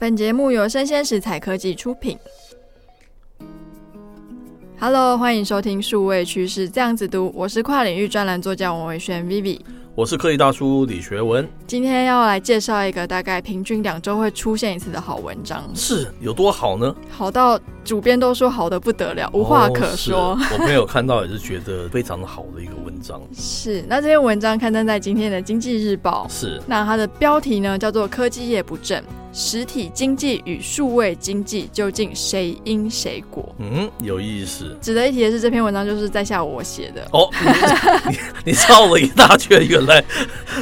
本节目由生鲜食材科技出品。Hello，欢迎收听数位趋势这样子读，我是跨领域专栏作家王维轩 Vivi。我是科技大叔李学文，今天要来介绍一个大概平均两周会出现一次的好文章，是有多好呢？好到主编都说好的不得了，无话可说。 哦是我朋友看到也是觉得非常好的一个文章，是，那这篇文章刊登在今天的《经济日报》，是那它的标题呢叫做“科技业不振，实体经济与数位经济究竟谁因谁果嗯有意思”。。值得一提的是，这篇文章就是在下午我写的。哦，你 你你绕了一大圈，原来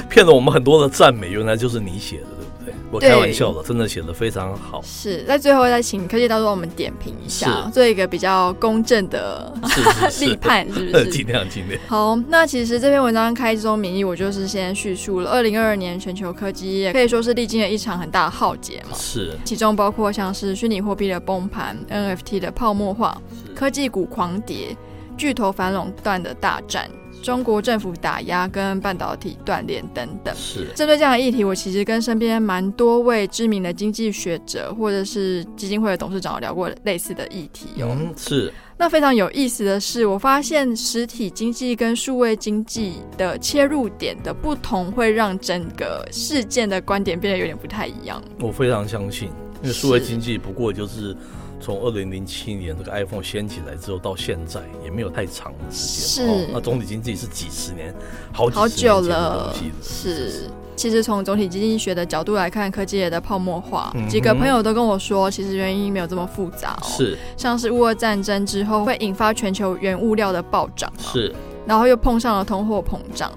骗了我们很多的赞美，原来就是你写的，对不对？我开对。玩笑的，真的写的非常好是在最后再请科技大叔帮我们点评一下，是做一个比较公正的是 是立是，判，是不 是尽？量尽量。好，那其实这篇文章开宗明义，我就是先叙述了二零二二年全球科技业可以说是历经了一场很大的浩劫嘛，是其中包括像是虚拟货币的崩盘、NFT 的泡沫化、是科技股狂跌、巨头反垄断的大战、中国政府打压跟半导体断裂等等。嗯是，针对这样的议题，我其实跟身边蛮多位知名的经济学者或者是基金会的董事长有聊过类似的议题哦。嗯是那非常有意思的是，我发现实体经济跟数位经济的切入点的不同，会让整个事件的观点变得有点不太一样。我非常相信，因为数位是经济不过就是从二零零七年这个 iPhone 掀起来之后到现在，也没有太长的时间。是哦，那总体经济是几十年，好几好十年久前的了东西了，是。其实从总体经济学的角度来看，科技业的泡沫化，嗯哼几个朋友都跟我说，其实原因没有这么复杂、哦。，是像是乌俄战争之后会引发全球原物料的暴涨、嘛。是然后又碰上了通货膨胀。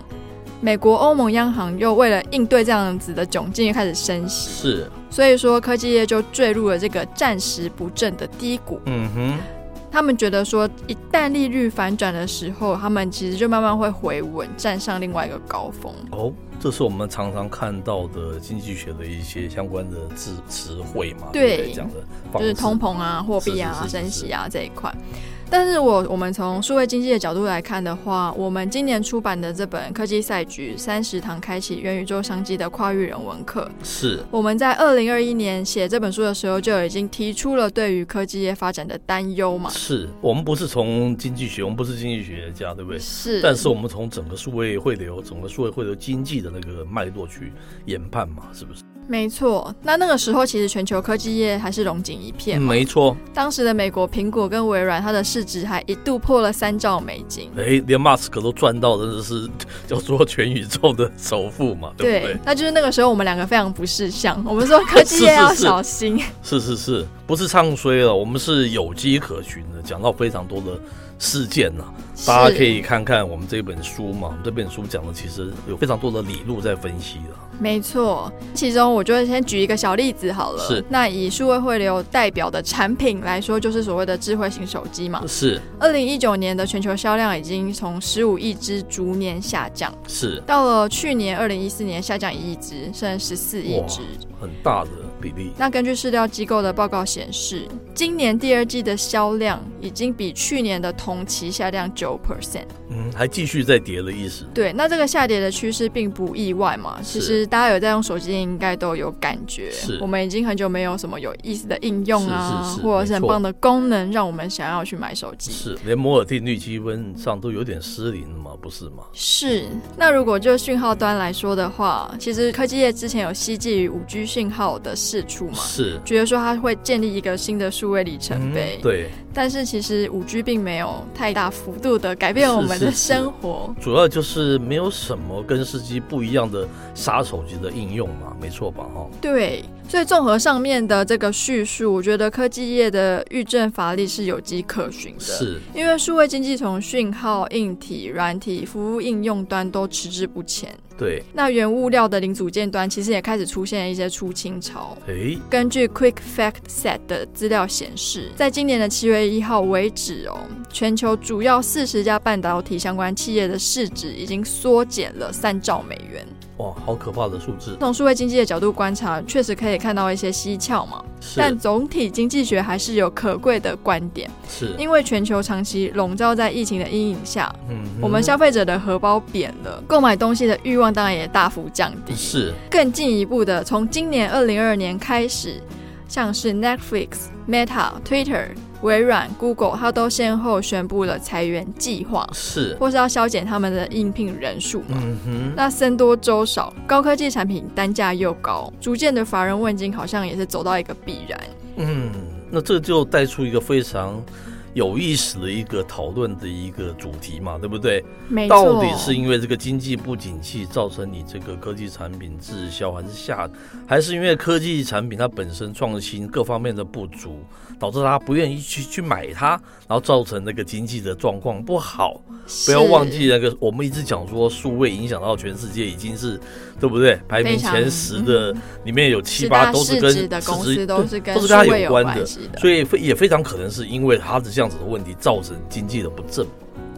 美国、欧盟央行又为了应对这样子的窘境，又开始升息，是，所以说科技业就坠入了这个暂时不振的低谷。嗯哼，他们觉得说，一旦利率反转的时候，他们其实就慢慢会回稳，站上另外一个高峰。哦，这是我们常常看到的经济学的一些相关的字词汇嘛，对对不对讲的方就是式通膨啊、货币啊、是是是升息啊这一块。但是我我们从数位经济的角度来看的话，我们今年出版的这本《科技赛局三十堂开启元宇宙商机的跨域人文课》，是我们在二零二一年写这本书的时候，就已经提出了对于科技业发展的担忧嘛。是，我们不是从经济学，我们不是经济学家，对不对？是，但是我们从整个数位汇流、整个数位汇流经济的那个脉络去研判嘛，是不是？没错。那那个时候，其实全球科技业还是龙井一片。嗯没错。当时的美国苹果跟微软，它的市值还一度破了三兆美金。哎，连马斯克都赚到，真的是 叫做全宇宙的首富嘛，对不对？那就是那个时候我们两个非常不识相。我们说科技业 是是要是小心，是是是，不是唱衰了，我们是有迹可循的，讲到非常多的事件呐、是大家可以看看我们这本书嘛，我们这本书讲的其实有非常多的理路在分析的，没错，其中我就先举一个小例子好了。是那以数位汇流代表的产品来说，就是所谓的智慧型手机嘛。是二零一九年的全球销量已经从十五亿只逐年下降，是到了去年二零一四年下降一亿只，剩十四亿哇只。很大的比例，那根据市调机构的报告显示，今年第二季的销量已经比去年的同期下降九 percent。嗯，还继续在跌的意思，对，那这个下跌的趋势并不意外嘛。其是实大家有在用手机，应该都有感觉是。我们已经很久没有什么有意思的应用啊，是是是或者是没很错棒的功能，让我们想要去买手机。是连摩尔定律基本上都有点失灵了嘛，不是吗？是，那如果就讯号端来说的话，其实科技业之前有希冀于五 G 讯号的释出嘛，是，觉得说它会建立一个新的数位里程嗯碑。，对，但是其实五 G 并没有太大幅度的改变是我们的是是生活。主要就是没有什么跟司机不一样的杀手级的应用嘛，没错吧？哈，对，所以综合上面的这个叙述，我觉得科技业的预政乏力是有迹可循的。。是因为数位经济从讯号、硬体、软体、服务应用端都迟滞不前，对，那原物料的零组件端其实也开始出现一些出清潮。诶，根据 Quick Fact Set 的资料显示，在今年的七月一号为止哦，全球主要四十家半导体相关企业的市值已经缩减了三兆美元。哇，好可怕的数字，从数位经济的角度观察，确实可以看到一些蹊跷嘛。是但总体经济学还是有可贵的观点，是，因为全球长期笼罩在疫情的阴影下，嗯哼我们消费者的荷包扁了，购买东西的欲望当然也大幅降低。是更进一步的，从今年二零二二年开始，像是 Netflix、Meta、Twitter、微软、Google，它都先后宣布了裁员计划，是，或是要削减他们的应聘人数嘛。嗯哼，那僧多粥少，高科技产品单价又高，逐渐的乏人问津，好像也是走到一个必然。嗯，那这就带出一个非常有意思的一个讨论的一个主题嘛，对不对？没错，到底是因为这个经济不景气造成你这个科技产品滞销，还是下，还是因为科技产品它本身创新各方面的不足，导致他不愿意去去买它，然后造成那个经济的状况不好。嗯不要忘记那个，我们一直讲说数位影响到全世界，已经是对不对？排名非常前十的里面有七十八大都是市跟值的公司都是跟都是数跟它位有有关的关系的。所以非也非常可能是因为他的这样子的问题造成经济的不振。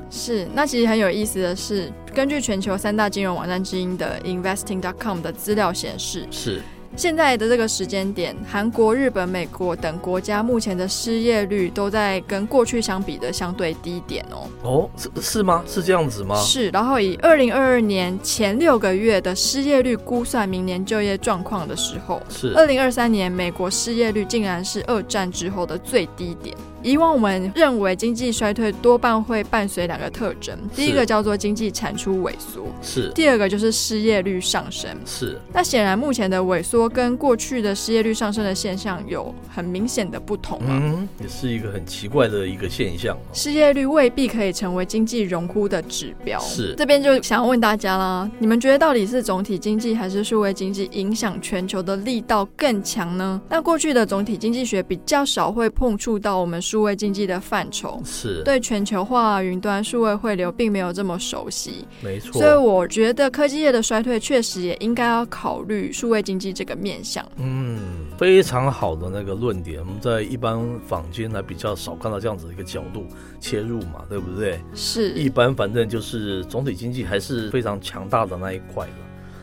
是，那其实很有意思的是，根据全球三大金融网站之一的 Investing.com 的资料显示，是现在的这个时间点，韩国、日本、美国等国家目前的失业率都在跟过去相比的相对低点哦。哦，是是吗？是这样子吗？是，然后以二零二二年前六个月的失业率估算明年就业状况的时候，是二零二三年美国失业率竟然是二战之后的最低点。以往我们认为经济衰退多半会伴随两个特征，第一个叫做经济产出萎缩，是第二个就是失业率上升。是那显然目前的萎缩跟过去的失业率上升的现象有很明显的不同啊。嗯，也是一个很奇怪的一个现象。失业率未必可以成为经济荣枯的指标。是这边就想要问大家啦，你们觉得到底是总体经济还是数位经济影响全球的力道更强呢？那过去的总体经济学比较少会碰触到我们数位经济的范畴。是，对全球化、云端、数位汇流并没有这么熟悉，没错所。以我觉得科技业的衰退确实也应该要考虑数位经济这个面向。嗯，非常好的那个论点，我们在一般坊间呢比较少看到这样子的一个角度切入嘛，对不对？一是般反正就是总体经济还是非常强大的那一块的，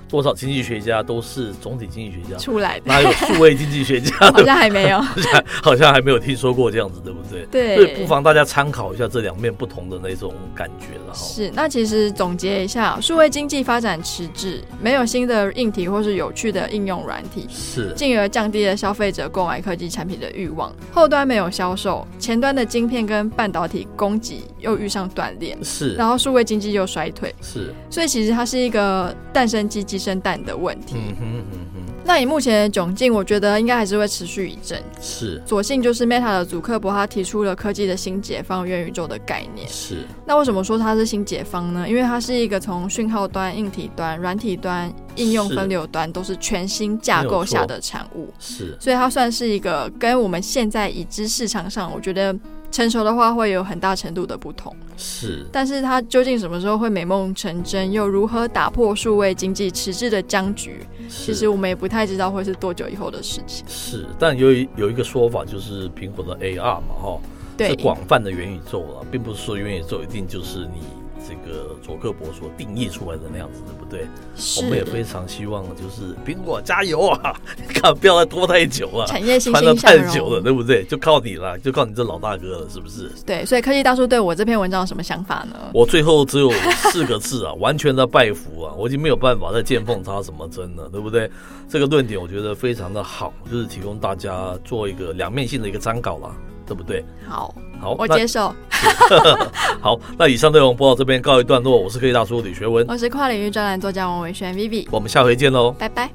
多少经济学家都是总体经济学家，出来的， 哪有数位经济学家 好的？像还没有。好像 好像还没有听说过这样子，对不 对？所以对，不妨大家参考一下这两面不同的那种感觉了哈。是，那其实总结一下，数位经济发展迟滞，没有新的硬体或是有趣的应用软体，是进而降低了消费者购买科技产品的欲望。后端没有销售，前端的晶片跟半导体供给又遇上断裂，是然后数位经济又衰退，是，所以其实它是一个蛋生鸡，鸡生蛋的问题。嗯哼嗯哼，那以目前的窘境，我觉得应该还是会持续一阵。是所幸就是 Meta 的祖克伯他提出了科技的新解放元宇宙的概念。是那为什么说它是新解放呢？因为它是一个从讯号端、硬体端、软体端、应用是分流端都是全新架构下的产物，是所以它算是一个跟我们现在已知市场上，我觉得成熟的话会有很大程度的不同。是但是它究竟什么时候会美梦成真，又如何打破数位经济迟滞的僵局，其实是我们也不太知道会是多久以后的事情。是，但有一有一个说法就是苹果的 AR 嘛，哈。对是，广泛的元宇宙了，并不是说元宇宙一定就是你这个佐克伯所定义出来的那样子，对不对？我们也是非常希望就是苹果加油啊！ 你看不要再拖太久了，产业新传的兴向太久了，荣。对不对？就靠你了，就靠你这老大哥了，是不是？对，所以科技大叔对我这篇文章有什么想法呢？ 我最后只有四个字啊，完全的拜服啊，我已经没有办法再见缝插什么针了，对不对？这个论点我觉得非常的好，就是提供大家做一个两面性的一个参考啦，对不对？好，好，我那接受。好，那以上内容播到这边告一段落，我是科技大叔李学文，我是跨领域专栏作家王维轩 Vivi，我们下回见喽。拜拜。